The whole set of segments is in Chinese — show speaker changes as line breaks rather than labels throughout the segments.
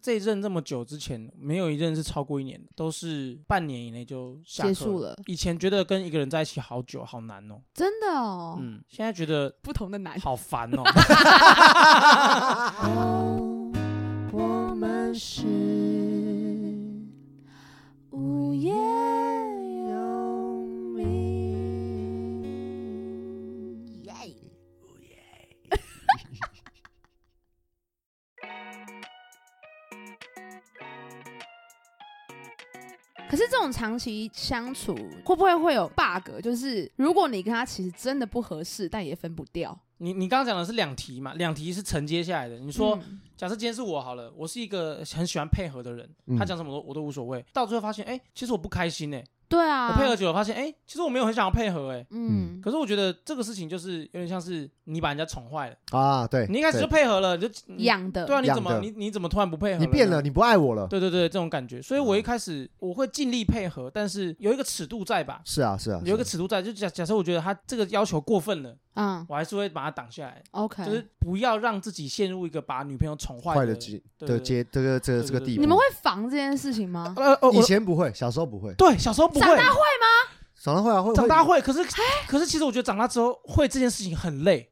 这一任这么久之前，没有一任是超过一年的，都是半年以内就下课
结束了
以前觉得跟一个人在一起好久好难哦，
真的哦，
嗯，现在觉得
不同的男，
好烦 哦。
我们是无业游民。可是这种长期相处，会不会会有 bug？就是如果你跟他其实真的不合适，但也分不掉。
你你刚刚讲的是两题嘛，两题是承接下来的。你说，
嗯
假设今天是我好了，我是一个很喜欢配合的人，
嗯
他讲什么我都我都无所谓。到最后发现，哎、其实我不开心哎、
对啊，
我配合久了发现，哎、其实我没有很想要配合哎、
嗯，
可是我觉得这个事情就是有点像是你把人家宠坏了，
啊，对，
你一开始就
对
配合了，你就你
养的，
对啊，你怎
养
么
的
你你怎么突然不配合？
你变了，，你不爱我了。
对对对，这种感觉。所以
嗯
我一开始我会尽力配合，但是有一个尺度在吧，
是啊，是啊，
有一个
是
尺度在。就假假设我觉得他这个要求过分了，
嗯
我还是会把他挡下来。
，OK，
就是不要让自己陷入一个把女朋友宠
啊
坏
坏
的
的阶
对
的
对
阶这个这个
对
这个
对
地
对
步。
你们会防这件事情吗？
呃呃，
以
我
前不会，小时候不会，
对小时候不会
长，大会哎
长大会啊，会
长大会，可是可是其实我觉得长大之后会这件事情很累，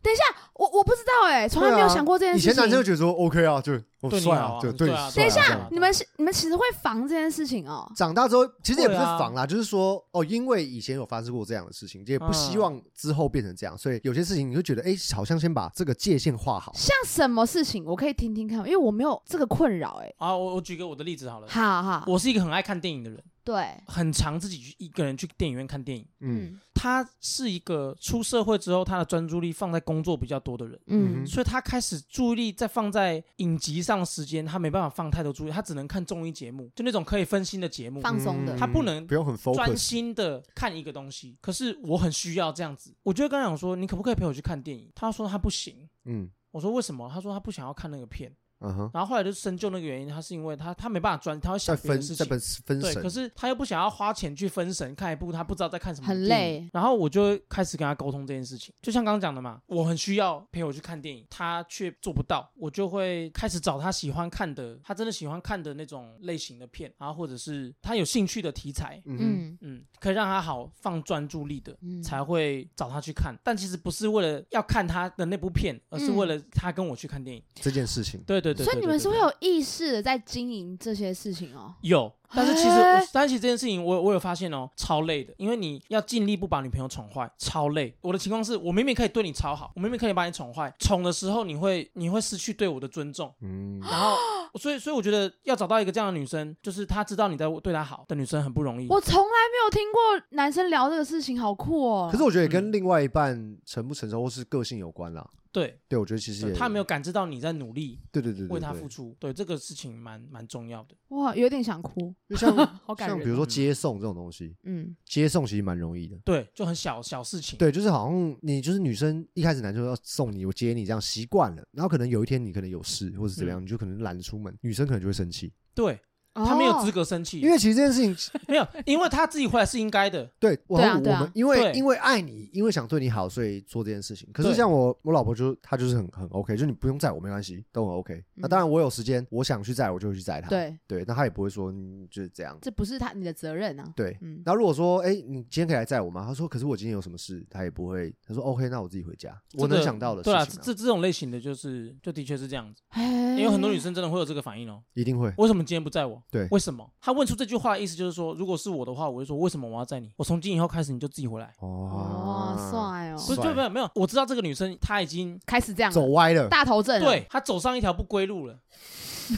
我我不知道哎、从来没有
啊
想过这件
以
事
前男生就
情。
觉得说 OK 啊，就我
对你
帅
好啊
就
对
对
啊
你
对啊
等一
帅啊。这
下
样，
你们是你们其实会防这件事情哦。
长大之后，其实也不是
会啊
防啦，就是说哦，因为以前有发生过这样的事情，也不希
嗯
望之后变成这样，所以有些事情你会觉得，哎，好像先把这个界限画好。
像什么事情，我可以听听看，因为我没有这个困扰哎、
啊。我我举个我的例子好了，
好好，
我是一个很爱看电影的人，
对，
很常自己去一个人去电影院看电影。
嗯
他是一个出社会之后，他的专注力放在工作比较多的人，
嗯
所以他开始注意力在放在影集上的时间，他没办法放太多注意，他只能看综艺节目，就那种可以分心的节目，
放松的
他不能
不用很
专
嗯 focus，
心的看一个东西。可是我很需要这样子，我就跟他讲说，你可不可以陪我去看电影？他说他不行。
嗯
我说为什么？他说他不想要看那个片。
嗯哼，
然后后来就深究那个原因，他是因为他他没办法专，他会
在
想别
分
的事
在
情。
分分
对，
神
可，是他又不想要花钱去分神看一部他不知道在看什么，
很累。
然后我就会开始跟他沟通这件事情，就像刚刚讲的嘛，
嗯
我很需要陪我去看电影，他却做不到，我就会开始找他喜欢看的，他真的喜欢看的那种类型的片，然后或者是他有兴趣的题材，
嗯哼
嗯
嗯，可以让他好放专注力的。
嗯，
才会找他去看，但其实不是为了要看他的那部片，而是
嗯
为了他跟我去看电影。
这件事情，
对对对对
所以你们
对
是会
对
有意识的在经营这些事情哦。
有，但是其实我
哎，
但是其实这件事情我，我有发现哦，超累的，因为你要尽力不把女朋友宠坏，超累。我的情况是我明明可以对你超好，我明明可以把你宠坏，宠的时候你会你会失去对我的尊重，
嗯，
然 后，所以所以我觉得要找到一个这样的女生，就是她知道你在对她好的女生很不容易。
我从来没有听过男生聊这个事情，好酷哦。
可是我觉得也
嗯
跟另外一半成不成熟或是个性有关啦。
对，
对，我觉得其实
对
也
她没有感知到你在努力
对对对对
为她
对
付出，对这个事情蛮蛮重要的。
哇，有点想哭。
就像
好感
像比
人
如
哦。
说
嗯
接送这种东西，
嗯，
接送其实蛮容易的。
对，就很小小事情。
对，就是好像你就是女生一开始男生要送你，我接你这样习惯了，然后可能有一天你可能有事或者怎么
嗯
样，你就可能懒得出门，女生可能就会生气，
对，她没有资
哦
格生气，
因为其实这件事情，
没有，因为她自己回来是应该的。
对，我
对啊
我
对啊
们 因
对
为因为爱你，因为想对你好，所以做这件事情。可是
对
像我我老婆就她就是很很 OK，就是你不用载我没关系，都很 OK。
嗯
那当然我有时间，我想去载我就会去载她，
对，
对，那她也不会说嗯就是这样，
这不是他你的责任啊。
对，
嗯，
然后如果说，哎、你今天可以来载我吗？他说，可是我今天有什么事，他也不会。他说，OK，那我自己回家。
这
我能
个
想到的事
对
情、
啊，这这这种类型的就是，就的确是这样子，因
因
为很多女生真的会有这个反应哦。
一定会。
为什么今天不载我？
对
为什么？她问出这句话的意思就是说，如果是我的话，我就说为什么我要载你？我从今以后开始你就自己回来。
哦，帅哦，
不是，
帅
就没有没有，我知道这个女生她已经
开始这样了
走歪了。
大头症啊了，
对她走上一条不归路了。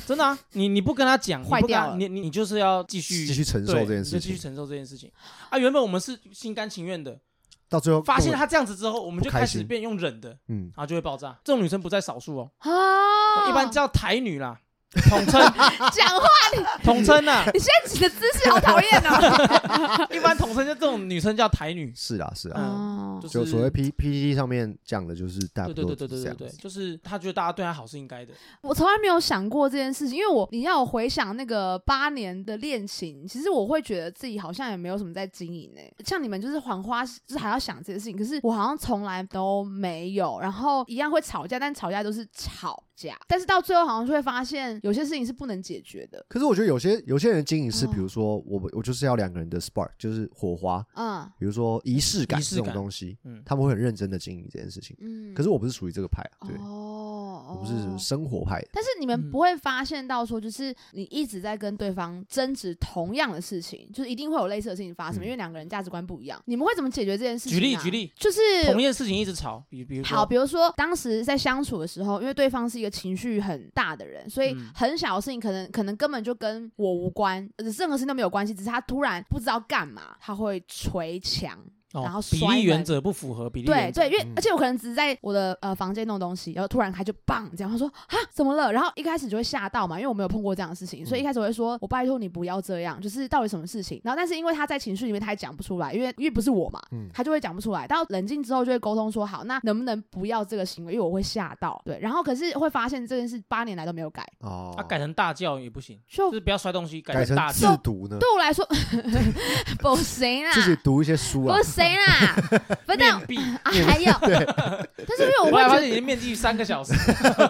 真的啊，你你不跟她讲，你
坏
不跟她
掉了
你你你就是要继续
继续承受
对
这件
你就
事
继续
情，
承受这件事情啊。原本我们是心甘情愿的，
到最后
发现
跟我，
她这样子之后，我们就
不开
开始
心
变用忍的，
嗯，
然后就会爆炸。这种女生不在少数哦，
啊，
一般叫台女啦，统 称
讲话，
统称呐、
你现在举的姿势好讨厌 哦。
一般统称就这种女生叫台女，
是啦，是啦，
哦
嗯就是
就所谓 P P T 上面讲的，就是大
对
部
对
分
对对
都是
对
这
对
样
对，
子。
就是她觉得大家对她好是应该的，
我从来没有想过这件事情，因为我你让我回想那个八年的恋情，其实我会觉得自己好像也没有什么在经营诶、像你们就是黄花，就是还要想这些事情，可是我好像从来都没有。然后一样会吵架，但吵架都是吵，架，但是到最后好像就会发现有些事情是不能解决的。
可是我觉得有些有些人经营是，
哦
比如说我我就是要两个人的 spark，就是火花，
嗯
比如说仪式感
仪式
这种
感
东西，
嗯，
他们会很认真的经营这件事情。
嗯，
可是我不是属于这个派啊，对，
哦，
我们是
哦
生活派的。
但是你们
嗯
不会发现到说，就是你一直在跟对方争执同样的事情，就是一定会有类似的事情发生，
嗯
因为两个人价值观不一样。你们会怎么解决这件事情、啊
举例举，例，
就是
同样的事情一直吵，比比如说
好，比如说当时在相处的时候，因为对方是一个情绪很大的人，所以
嗯
很小的事情可能可能根本就跟我无关，呃任何事情都没有关系，只是他突然不知道干嘛，他会捶墙。
哦
然后
比
摔
例原
门
则不符合比例
对
原则，
对，因为、
嗯
而且我可能只是在我的呃房间弄东西，然后突然他就棒这样，他说啊怎么了？然后一开始就会吓到嘛，因为我没有碰过这样的事情，
嗯
所以一开始我会说，我拜托你不要这样，就是到底什么事情？然后但是因为他在情绪里面他也讲不出来，因为因为不是我嘛，
嗯
他就会讲不出来。到冷静之后就会沟通说，好，那能不能不要这个行为？因为我会吓到。对，然后可是会发现这件事八年来都没有改，
哦
啊，，改成大叫也不行，
就
就是不要摔东西，
改
成
成
大
自
叫。
读呢，
对我来说 不行啦，
自己读一些书啊
不。行啦， 不但
面壁，
啊还有，但是因为我
我
会
啊
还发
觉得
现。你的面壁三个小时，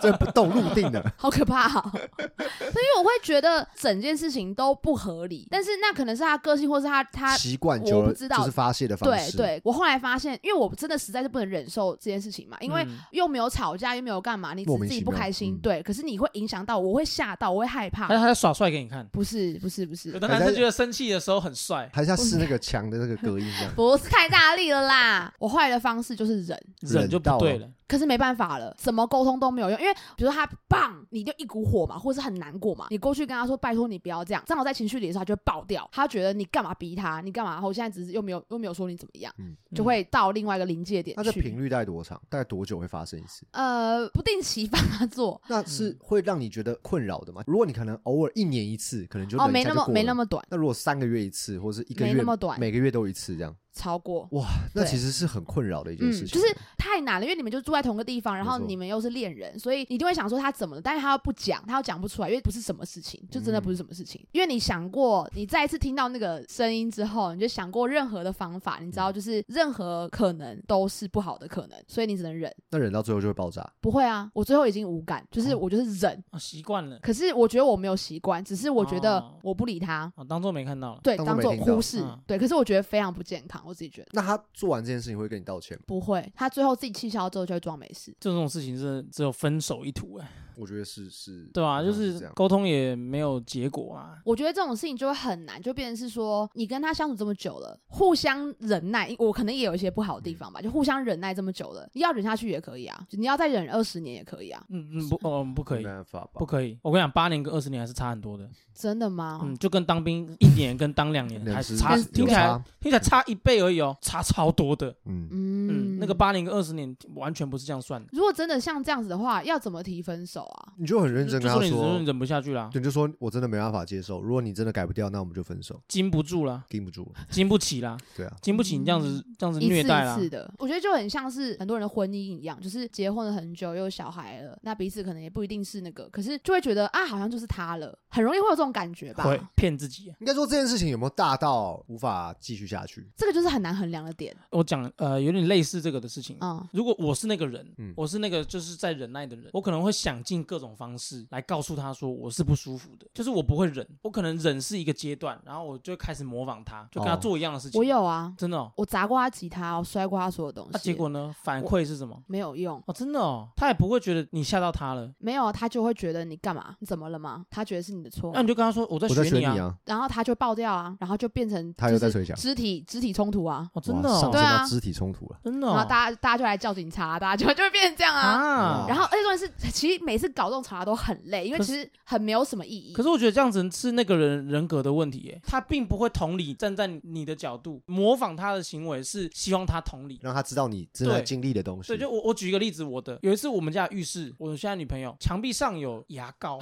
这不动入定的，
好可怕、哦！所以因为我会觉得整件事情都不合理，但是那可能是他个性，或是他 他
习惯久
我
了
不知道
就是发泄的方
对
式。，
对。我后来发现，因为我真的实在是不能忍受这件事情嘛， 因为
嗯
又没有吵架，又没有干嘛，你只
莫
是
名
自
其
己不
妙
开心，
嗯哎
对。可是你会影响到我，我会吓到，我会害怕
他。他在耍帅给你看。
不是不是不是
有，的男生觉得生气的时候很帅，
还是他试那个墙的那个隔音这样。
不是太大力了啦。我后来的方式就是忍，
忍就
啊
不对了。嗯
可是没办法了，怎么沟通都没有用，因为比如说他棒，你就一股火嘛，或是很难过嘛，你过去跟他说拜托你不要这样，正好在情绪里的时候他就会爆掉，他觉得你干嘛逼他，你干嘛？我现在只是又没有又没有说你怎么样，
嗯
就会到另外一个临界点
那这
去
频率大概多长？大概多久会发生 一次？
呃，不定期发作
那
嗯
是会让你觉得困扰的吗？如果你可能偶尔一年一次，可能就
哦，
忍一
没
下
那
就
么
过
没
了
那么短，
那如果三个月一次，或是一个
没
月
那么短
每个月都一次这样，
超过。
哇，那
对
其实是很困扰的一件
嗯
事情。
就是太难了，因为你们就住在同个地方，然后
没错
你们又是恋人，所以你就会想说他怎么了，但是他又不讲，他又讲不出来，因为不是什么事情，就真的
嗯
不是什么事情。因为你想过，你再一次听到那个声音之后，你就想过任何的方法，你知
嗯
道，就是任何可能都是不好的可能，所以你只能忍。
那忍到最后就会爆炸。
不会啊，我最后已经无感，就是
哦
我就是忍。
啊，习惯了，
可是我觉得我没有习惯，只是我觉得
哦
我不理他，
啊，当做没看到了。
对，
当
当
作
做
没听到
忽视
嗯，
对。可是我觉得非常不健康，我自己觉得。
那他做完这件事情会跟你道歉吗？
不会，他最后自己气消之后就会装没事。
这种事情是只有分手一途哎，
我觉得是是，
对吧、
好
就
像嗯是
是
这样。
沟通也没有结果啊。
我觉得这种事情就会很难，就变成是说，你跟他相处这么久了，互相忍耐，我可能也有一些不好的
嗯
地方吧，就互相忍耐这么久了，你要忍下去也可以啊，你要再忍二十年也可以啊，
嗯嗯，不，嗯，不可以
没，办法吧
不？可以。我跟你讲，八年跟二十年还是差很多的。
真的吗？
嗯，就跟当兵一年跟当两年
哦 两
还
只
是差，
有
听起来
差
听起来差一倍而已哦，差超多的。
嗯，
嗯
嗯，那个八年跟二十年完全不是这样算的。
如果真的像这样子的话，要怎么提分手啊？
你就很认
就
真跟
说
他
你
说
忍，忍不下去啦，
对，你就说我真的没办法接受。如果你真的改不掉，那我们就分手，
经不住啦，
顶不住。
经不起啦，
对啊，
经不起你这样子这样子
嗯一次
虐待啦
一。次的，我觉得就很像是很多人的婚姻一样，就是结婚了很久，又有小孩了，那彼此可能也不一定是那个，可是就会觉得啊，好像就是他了，很容易会有这种感觉吧。
会骗自己。啊
应该说这件事情有没有大到无法继续下去？
这个就是很难衡量的点
我讲呃，有点类似这个的事情。
啊、
如果我是那个人，
嗯
我是那个就是在忍耐的人，我可能会想尽各种方式来告诉他说我是不舒服的，就是我不会忍，我可能忍是一个阶段，然后我就开始模仿他，就跟他
哦
做一样的事情。
我有啊，
真的哦，
我砸过他吉他，我哦摔过他所有东西。
啊那、结果呢？反馈是什么？
没有用，
哦，真的哦，他也不会觉得你吓到他了，
没有啊他就会觉得你干嘛？你怎么了吗？他觉得是你的错
那，你就跟他说我在
我在
学
学
你
你
啊。
啊，
然后他就爆掉啊，然后就变成
他
就
又
是
在捶墙，
肢体肢体冲突啊，
哦，真的
哇上
哦
对，
升
啊
到肢体冲突了。
真的
然后
哦，
大家大家就来叫警察，大家就就会变成这样啊。
啊
哇。
然后，而且重点是，其实每次搞这种吵架都很累，因为
可
其
是
实很没有什么意义。
可是我觉得这样子是那个人人格的问题，耶，他并不会同理，站在你的角度模仿他的行为，是希望他同理。
让他知道你正在
对
经历的东西。
对，就我我举一个例子，我的有一次我们家的浴室，我现在女朋友墙壁上有牙 膏，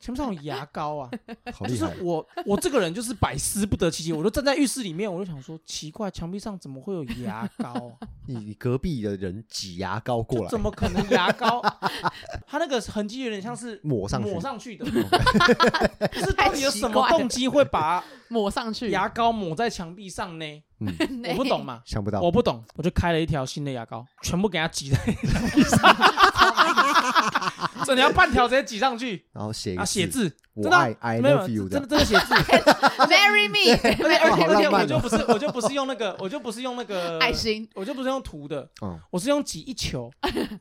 墙壁上有牙膏啊，
好
就
厉
是
害，
我我这个人就是百思不得其解，我就站在浴室里面，我就想说奇怪，墙壁上怎么会有牙膏啊、
你你隔壁的人挤牙膏过
就
来
怎么可能牙膏？ 它那个痕迹有点像是
抹上去
抹，上去的， 就是到底有什么
太奇怪了
动机会把
抹上去，
牙膏抹在墙壁上 呢？
嗯，
我不懂，嘛，
想不到
我不懂，我就开了一条新的牙膏，全部给它挤在，所以你要半条直接挤上去
然后写一
啊，
个
写字，
我
真的啊
爱 I
没有
love you
真
这
的
样哎
真的写 字，
Marry me，
而且而且
好
而且
浪漫
我
哦
就不是我就不是用那个 我就不是用那个
爱，心。
我就不是用涂的
嗯，
我是用挤一 球，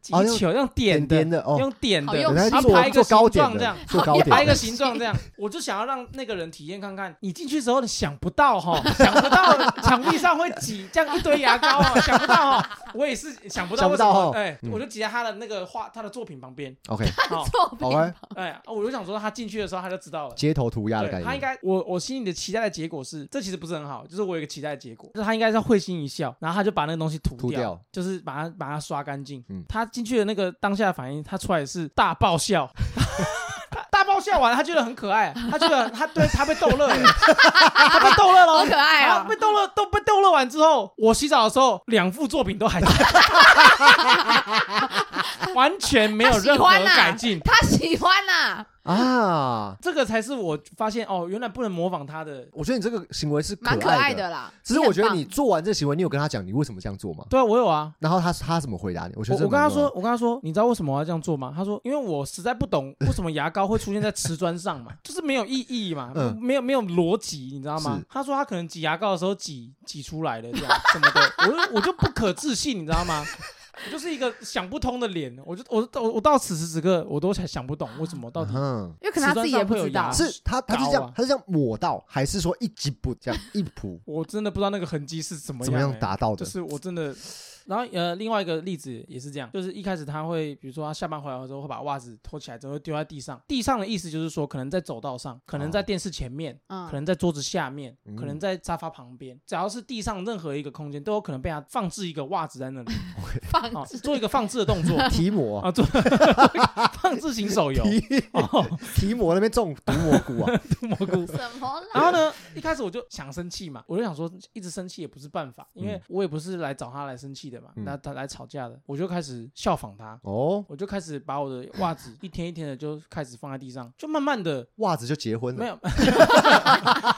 挤
哦
一
用
球用点的
点点，的哦，
用点
好
的，
用
本来
然后
做
拍一个
做
形
糕点
状这样
的，。做糕
拍一
点
个
的，
形状这样，我就想要让那个人体验看看。你进去之后，你想不到哈，想不到墙壁上会挤这样一堆牙膏 哦，想不到哦，我也是想不到为什么
想不，到哦
哎，
嗯
我就挤在他的那个画他的作品旁边，
OK，
好，
作品
好吧，
哎，啊我就想说他进去的时候他就知道了。
街头涂鸦的
对
感
他应
觉，
该，我我心里的期待的结果是，这其实不是很好，就是我有一个期待的结果，就是他应该是会心一笑，然后他就把那个东西涂
涂掉
就是把它把它刷干净。
嗯
他进去的那个当下的反应，他出来是大爆笑。 他大爆笑完，他觉得很可爱，他觉得他对他被逗乐了，他被逗乐
好
了，
可爱
然
啊
后！被逗乐，都被逗乐完之后，我洗澡的时候，两幅作品都还在， 完全没有任何
他喜欢啊
改进。
他喜欢呐，
啊，
这个才是我发现哦，原来不能模仿他的
我觉得你这个行为是
蛮可爱
爱。
的啦。
只是我觉得
很
你
棒
做完这行为，你有跟他讲你为什么这样做吗？
对啊，我有啊。
然后他他怎么回答你？我觉
我
得
我
这哦
跟他
蛮重
说
要，
我跟他说，你知道为什么我要这样做吗？他说，因为我实在不懂为什么牙膏会出现在瓷砖上嘛， 就是没有意义嘛，
嗯
没有没有逻辑，你知道吗
是？
他说他可能挤牙膏的时候挤挤出来的这样 什么的，我就我就不可置信，你知道吗？ 我就是一个想不通的脸，我就我我我到此时此刻我都想想不懂为什么到底
嗯，
因为可能他自己也不
瓷砖上会有
知道
牙，
是他他是
高
这
啊
样，他是这样抹到，还是说一击不这样一扑
我真的不知道那个痕迹是怎么
怎么
样
样
欸
达到
就
的？
是我真的，然后呃，另外一个例子也是这样，就是一开始他会，比如说他下班回来的时候会把袜子脱起来之后丢在地上，地上的意思就是说可能在走道上，可能在电视前面，可
嗯，
能在桌子下面，
啊嗯
可能在沙发旁边，只要是地上任何一个空间，都有可能被他放置一个袜子在那里，啊
放，置
做一个放置的动作
提摩
啊，做 放置型手 游
提
哦，
提摩那边种毒蘑菇啊，
蘑菇。
什么啦？
然后呢，一开始我就想生气嘛，我就想说一直生气也不是办法，因为
嗯
我也不是来找他来生气的嘛，
嗯
那他来吵架的，我就开始效仿他。
哦，
我就开始把我的袜子一天一天的就开始放在地上，就慢慢的
袜子就结婚
没
了，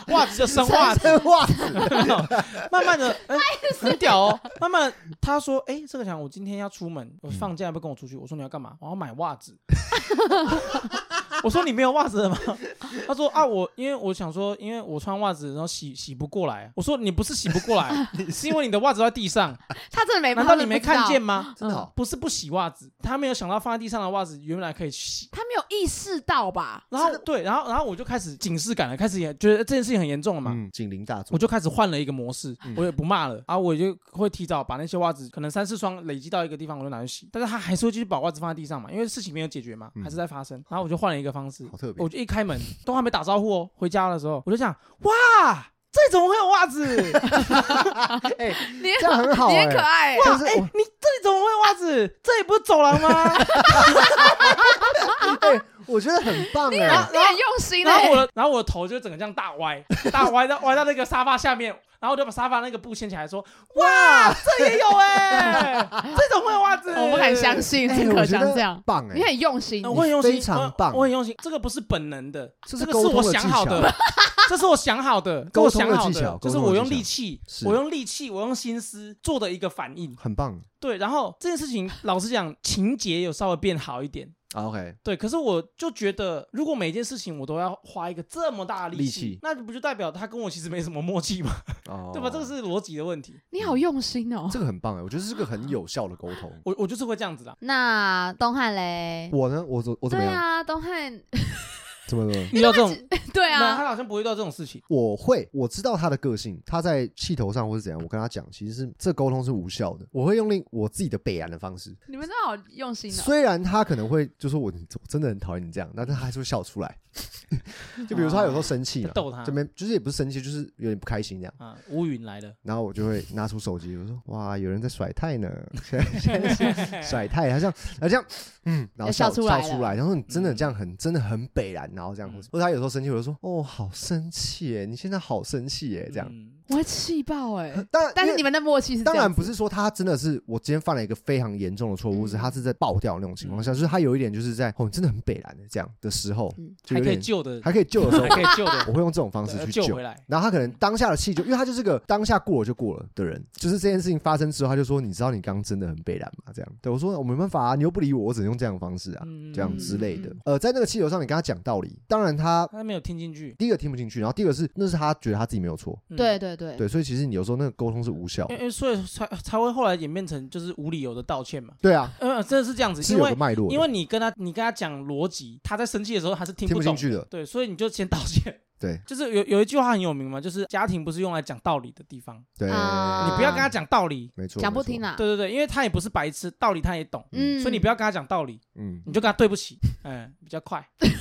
有 袜子就生袜子，
袜 子
慢慢的，哎、很屌哦。慢慢他说，哎、这个强，我今天要出门，我放假要不要跟我出去？我说你要干嘛？我要买袜子。 我说你没有袜子了吗？他说啊，我因为我想说，因为我穿袜子，然后洗洗不过来。我说你不是洗不过来，是因为你的袜子都在地上，
他真的没，
难
他
道
真的
你没
不知道
看见？吗？
真的哦
不是不洗袜子，他没有想到放在地上的袜子原来可以洗。
他没有意识到吧？
然后对，然后然后我就开始警示感了，开始也觉得这件事情很严重了嘛。
嗯，警铃大
我
作，
就开始换了一个模式，我也不骂了啊，我就会提早把那些袜子，可能三四双累积到一个地方，我就拿去洗。但是他还是会继续把袜子放在地上嘛，因为事情没有解决嘛，
嗯
还是在发生。然后我就换了一个方式，
好特别
我，就一开门都还没打招呼哦，回家的时候我就想，哇，这怎么会有袜子？ 哇，
哎，
你
这样很好
你很
哎
可爱欸，
就是
哎、你这里怎么会有袜子？这里不是走廊吗？
哎，我觉得很棒哎，
你很用心
然后我
欸。
的，然后我的头就整个这样大 歪，大歪到歪到那个沙发下面，然后我就把沙发那个布掀起来，说：“哇，这也有哎、这种会有袜子，
欸我不敢相。信，
哎
不
我
可
觉
想
得
象。
棒哎
你，很用心
呃”，我很用心，
非常棒
我我很用心。这个不是本能的，这
这是
个
沟
是
通
我
的
想
技
好
巧
的，这是我想好的，
沟
我
通
想
的
好
技巧沟
就是
通的
我
技
用
巧
力气，
是
我用力气，我用心思做的一个反应。
很棒
对，然后这件事情，老实讲，情节有稍微变好一点。
啊，OK，
对，可是我就觉得，如果每件事情我都要花一个这么大的力
力
气
气，
那不就代表他跟我其实没什么默契吗？
哦，
对吧？这个是逻辑的问题。
你好用心哦。
这个很棒哎，我觉得是个很有效的沟 通。
我我就是会这样子啦。
那东汉嘞？
我呢，我怎我怎
对
么样？
啊，东汉，
怎么了？
遇到这种，
对
没有他
啊，
好像不会遇到这种事情。
我会，我知道他的个性，他在气头上或是怎样，我跟他讲，其实是这沟通是无效的。我会用另我自己的北然的方式，
你们真的好用心哦。
虽然他可能会就说我我真的很讨厌你这样，但是他还是会笑出来。
哦
就比如说他有时候生气嘛，
逗他
这边就是也不是生气，就是有点不开心这样。
啊，乌云来 了，
然后我就会拿出手机，我说哇，有人在甩 太呢，现在现在是甩太，他这样，他这样，嗯，然后
笑
笑
出来了
笑出来，然后你真的这样很、真的很北然，然后这样，
嗯
或者他有时候生气，我就说哦，好生气耶，你现在好生气耶，这样。
嗯
我会气爆哎、
当然，
但
呃因
是
为
你们的默契是这
当
样
然
子
不是说他真的是我今天犯了一个非常严重的错误，
嗯
是他是在爆掉的那种情况下，就是他有一点就是在哦，你真的很北蓝的这样的时候
嗯，
就
还
有
可以
点
救的，
还可以救的时候
还，可以救的，
我会用这种方式
对
去
救
救
回。来。
然后他可能当下的气就，因为他就是个当下过了就过了的人，就是这件事情发生之后，他就说：“你知道你刚刚真的很北蓝嘛？”这样，对我说：“我没办法啊，你又不理我，我只能用这样的方式啊，
嗯嗯
这样之类的
嗯嗯。”
呃，在那个气球上，你跟他讲道理，当然他
他没有听进去。
第一个听不进去，然后第二个是那是他觉得他自己没有错，
嗯
对对对，
对，所以其实你有时候那个沟通是无效
因为
的，
因为所以才才会后来演变成就是无理由的道歉嘛。
对啊，
嗯，真的是这样子，
是
因
有个
为
脉络的，
因为你跟他你跟他讲逻辑，他在生气的时候他是听
听
不
不进
懂，
去的，
对，所以你就先道歉。
对
就是有有一句话很有名嘛，就是家庭不是用来讲道理的地方，
对，
啊
你不要跟他讲道理。
没错，
讲不
没错
听，啊，
对对对，因为他也不是白痴，道理他也懂，
嗯，
所以你不要跟他讲道理，
嗯，
你就跟他对不起，嗯，比较快。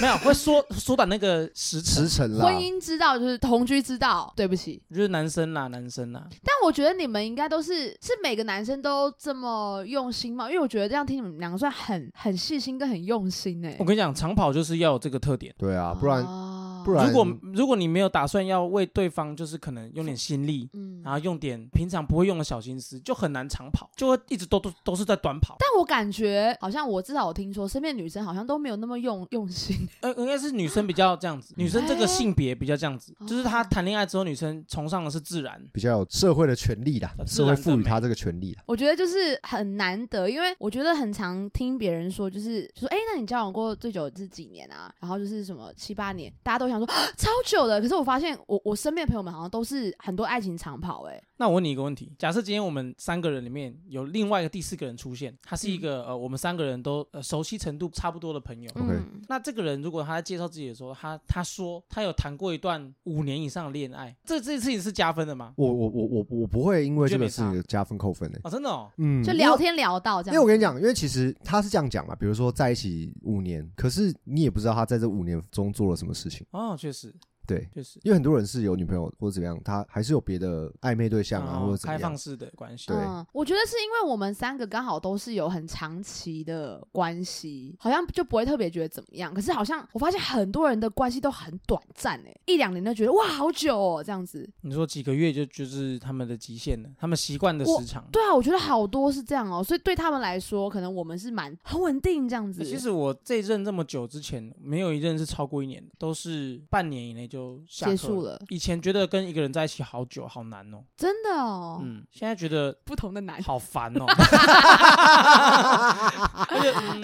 没有会缩缩短那个时
驰
迟，
骋啦，
婚姻之道就是同居之道，对不起。
就是男生啦，男生啦，
但我觉得你们应该都是是每个男生都这么用心吗？因为我觉得这样听你们两个算很很细心跟很用心哎、
我跟你讲，长跑就是要有这个特点。
对啊，不然
哦
不然
如果如果你没有打算要为对方，就是可能用点心力，
嗯
然后用点平常不会用的小心思，就很难长跑，就会一直都都都是在短跑。
但我感觉好像我至少我听说身边女生好像都没有那么用用心，
呃，应该是女生比较这样子，女生这个性别比较这样子，
哎
就是她谈恋爱之后，女生崇尚的是自然。
比较有社会的权利啦，
啊自然
社会赋
的
予
美
他这个权利啦，
我觉得就是很难得，因为我觉得很常听别人说，就是就说哎、那你交往过最久是几年啊？然后就是什么七八年，大家都想说啊超久的，可是我发现我我身边的朋友们好像都是很多爱情长跑哎、
那我问你一个问题：假设今天我们三个人里面有另外一个第四个人出现，他是一个、呃我们三个人都、呃、熟悉程度差不多的朋友。
OK
嗯嗯，
那这个人如果他在介绍自己的时候，他他说他有谈过一段五年以上的恋爱，这这件事情是加分的吗？
我我我我我不会因为这个
你
事
觉得没差
情加分扣分的，
哦，真的哦，
嗯，
就
因为
聊天聊到这
因
样，
为我跟你讲，因为其实他是这样讲嘛，比如说在一起五年，可是你也不知道他在这五年中做了什么事情，
哦，确实
对，
确实，
因为很多人是有女朋友或者怎么样，他还是有别的暧昧对象啊，
哦
或者怎么
开
样
放，式的关系，
对
嗯，我觉得是因为我们三个刚好都是有很长期的关系，好像就不会特别觉得怎么样。可是好像我发现很多人的关系都很短暂哎、一两年就觉得哇好久哦这样子。
你说几个月就就是他们的极限了，他们习惯的时长。
对啊，我觉得好多是这样哦，所以对他们来说，可能我们是蛮很稳定这样子。
欸其实我这一任这么久之前，没有一任是超过一年的，都是半年以内就下课
结束了
以前觉得跟一个人在一起好久好难哦，
真的哦，哎
嗯，现在觉得
不同 的男。
好烦哦。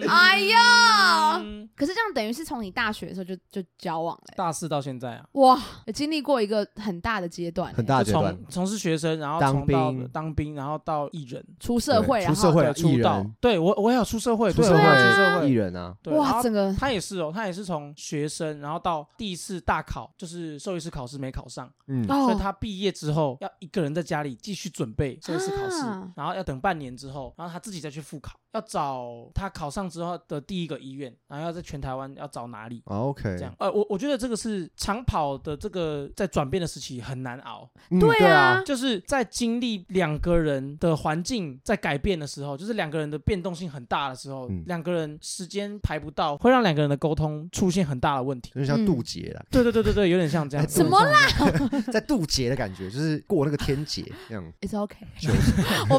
哎呀，
嗯
可是这样等于是从你大学的时候就就交往了欸、
大四到现在啊，
哇，经历过一个很大的阶段欸、
很大的
就
阶段
从，从是学生，然后
当
从到
兵
当兵，然后到艺人，
出社会，
对
然
出社
后
会
对
啊艺
出道
人，
对我我也有出社会，
出
对
社
我也有出
会
社
艺
会，
人啊，
对然
哇，
后
整个
他也是哦，他也是从学生，然后到第一次大考，就是兽医师考试没考上，
嗯，
哦
所以他毕业之后要一个人在家里继续准备兽医师考试
啊，
然后要等半年之后，然后他自己再去复考，要找他考上之后的第一个医院，然后要在全台湾要找哪里。
啊 OK，
这样，呃，我我觉得这个是长跑的这个在转变的时期很难熬，
嗯
对
对
啊
啊，
就是在经历两个人的环境在改变的时候，就是两个人的变动性很大的时候，
嗯
两个人时间排不到，会让两个人的沟通出现很大的问题。
有点
嗯
像渡劫啦，
对对对对对，有点像 这样。
什
么
啦？
在渡劫的感觉，就是过那个天劫这样
It's OK，我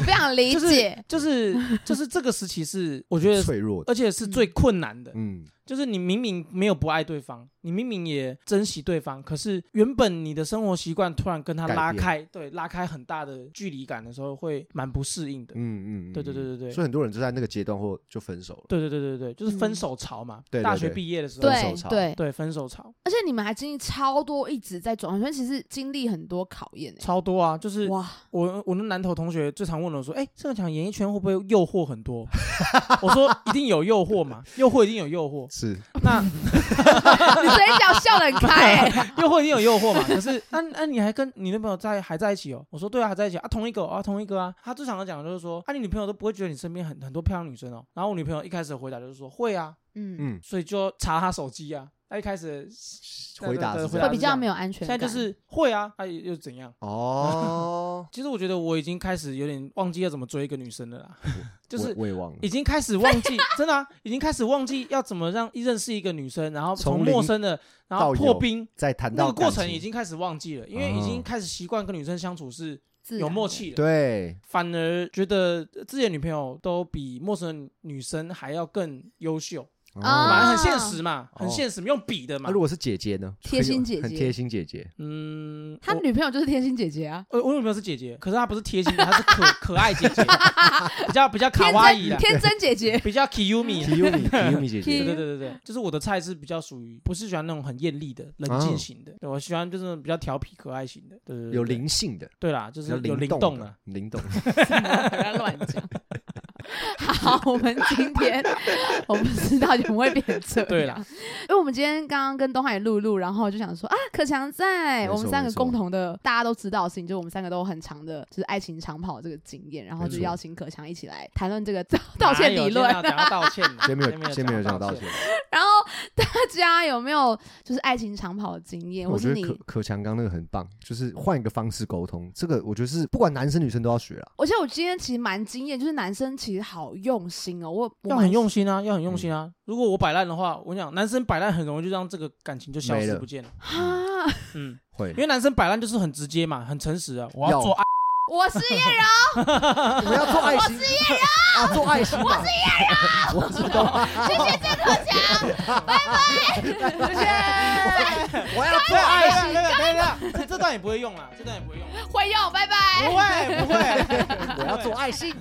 不想理
就是
解。
就是就是这个时期是我觉得，
脆弱的，
而且是最困难的，
嗯，
就是你明明没有不爱对方，你明明也珍惜对方，可是原本你的生活习惯突然跟他拉
改变
开，对，拉开很大的距离感的时候，会蛮不适应的。
嗯嗯，嗯
对对对对对
所以很多人就在那个阶段或就分手了，
对对对对对，就是分
嗯
手潮嘛，
对对
大学
对
毕业的时候，
分
对
手潮
对，
对，分手潮
而且你们还经历超多，一直在转换，所以其实经历很多考验欸
超多啊！就是
哇，
我我那南投同学最常问我说：“哎、盛强演艺圈会不会诱惑很多？”我说：“一定有诱惑嘛，诱惑一定有诱惑。
是
那
你嘴角笑得很 开欸，
诱惑一定有诱惑嘛。可是那那、你还跟你女朋友在还在一起哦？”我说：“对啊，还在一起啊，同一个哦啊，同一个啊。”他最常讲的就是说：“啊，你女朋友都不会觉得你身边很很多漂亮女生哦。”然后我女朋友一开始的回答就是说：“会啊。”
嗯，
嗯，
所以就查他手机啊。他一开始
回答
对
是
对回
这样
答
会比较没有安全
现在
感。
就是会啊，他又又怎样？
哦，
其实我觉得我已经开始有点忘记要怎么追一个女生了啦， 就是
我我也忘了
已，经开始忘记， 真的、啊，已经开始忘记要怎么让认识一个女生，然后
从
从
零
陌生的，然后
到有
破冰，
在谈
那
到
个过程
感情嗯
已经开始忘记了，因为已经开始习惯跟女生相处是
自
有
然
默
的，
契了，
对，
反而觉得自己的女朋友都比陌生的女生还要更优秀，
啊
反正很现实嘛，
哦
很现实，用比的嘛
那如。果是姐姐呢？
贴心姐姐
很贴心姐姐，
嗯，
他
我
女朋友就是贴心姐姐啊，
呃我女朋友是姐姐，可是她不是贴心的，她是 可可爱姐姐，比较比较卡
天
哇伊啊
真
啦，。
天真姐姐
比较 Kiumi
提。优 米提优米姐
对
姐
对对对对，就是我的菜是比较属于不是喜欢那种很艳丽的冷静型的，对我喜欢就是比较调皮可爱型的，对对对，
啊有
对，
灵性的，
对啦，就是
比较
有灵
动
动啊。，
灵 动。
不要乱讲。 好，我们今天我不知道怎么会 变这样。
对啦，
因为我们今天刚刚跟东海也录一录，然后就想说啊，可强
没
在
错
我们三个
没错
共同的大家都知道的事情，就是我们三个都有很长的，就是爱情长跑这个经验，然后
没
就
错
邀请可强一起来谈论这个道歉理论。
哪有今天要讲到道歉的，
先没
今天
有，先没有讲
讲
道
歉
歉。。
然后大家有没有就是爱情长跑的经验，或
我觉
是
得
你
可可强刚那个很棒，就是换一个方式沟通，这个我觉得是不管男生女生都要学啊啦。
而且我今天其实蛮惊艳，就是男生其实好用心哦，我我
要
蛮
很用心啊，要很用心啊！如果我摆烂的话，我跟你讲，男生摆烂很容易就让这个感情就消
没
失
了
不见了。
哈，
嗯，
会
因，为男生摆烂就是很直接嘛，很诚实啊。我
要
要做爱，
我是叶柔，
我们要做爱心，啊，做爱心嘛，我是叶柔，我
谢谢郑可强，拜拜，谢
知道，我要做
哎
爱
呀
心。
那个等一下，这这段也不会用啦，这段也不会用啦，
谢，会用，拜
不
拜。
会不会，
我要做爱心。